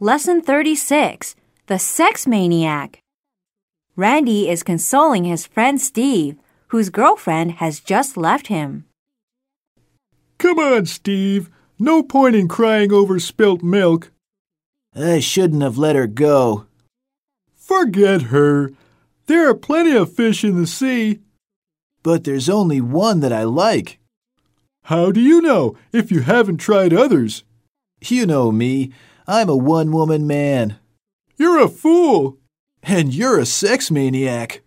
Lesson 36 The Sex Maniac. Randy is consoling his friend Steve, whose girlfriend has just left him. Come on, Steve. No point in crying over spilt milk. I shouldn't have let her go. Forget her. There are plenty of fish in the sea. But there's only one that I like. How do you know if you haven't tried others? You know me. I'm a one woman man. You're a fool. And you're a sex maniac.